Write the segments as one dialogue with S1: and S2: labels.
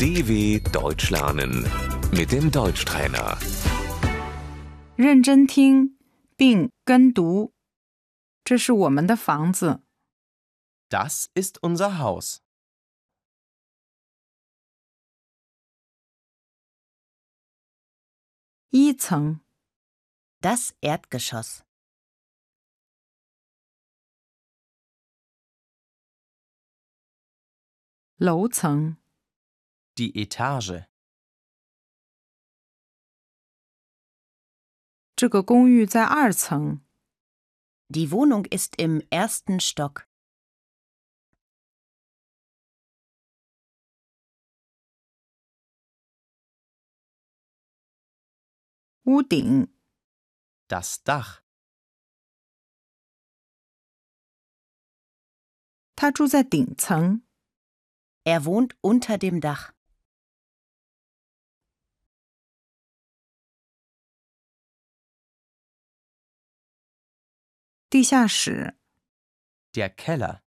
S1: DW Deutsch lernen mit dem Deutschtrainer.
S2: 认真听并跟读。这是我们的房子，
S3: Das ist unser Haus.
S2: 一层、
S4: Das Erdgeschoss.
S2: 楼层、
S3: Die Etage.
S2: 这个公寓在二层、
S4: Die Wohnung ist im ersten Stock.
S2: 屋顶、
S3: Das Dach.
S2: 他住在顶层、
S4: Er wohnt unter dem Dach.
S2: 地下室、
S3: Der Keller.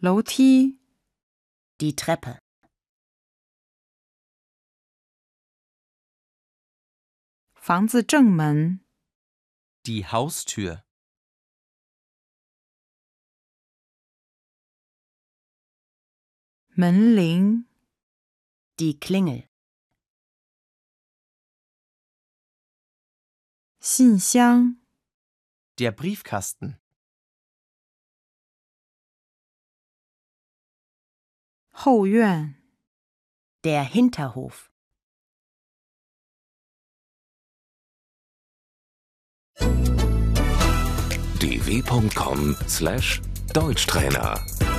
S2: 楼梯、
S4: Die Treppe.
S2: 房子正门、
S3: Die Haustür.
S2: 门铃、
S4: Die Klingel.
S2: 信箱、
S3: Der Briefkasten.
S2: 后院、
S4: Der Hinterhof.
S1: dw.com/deutschtrainer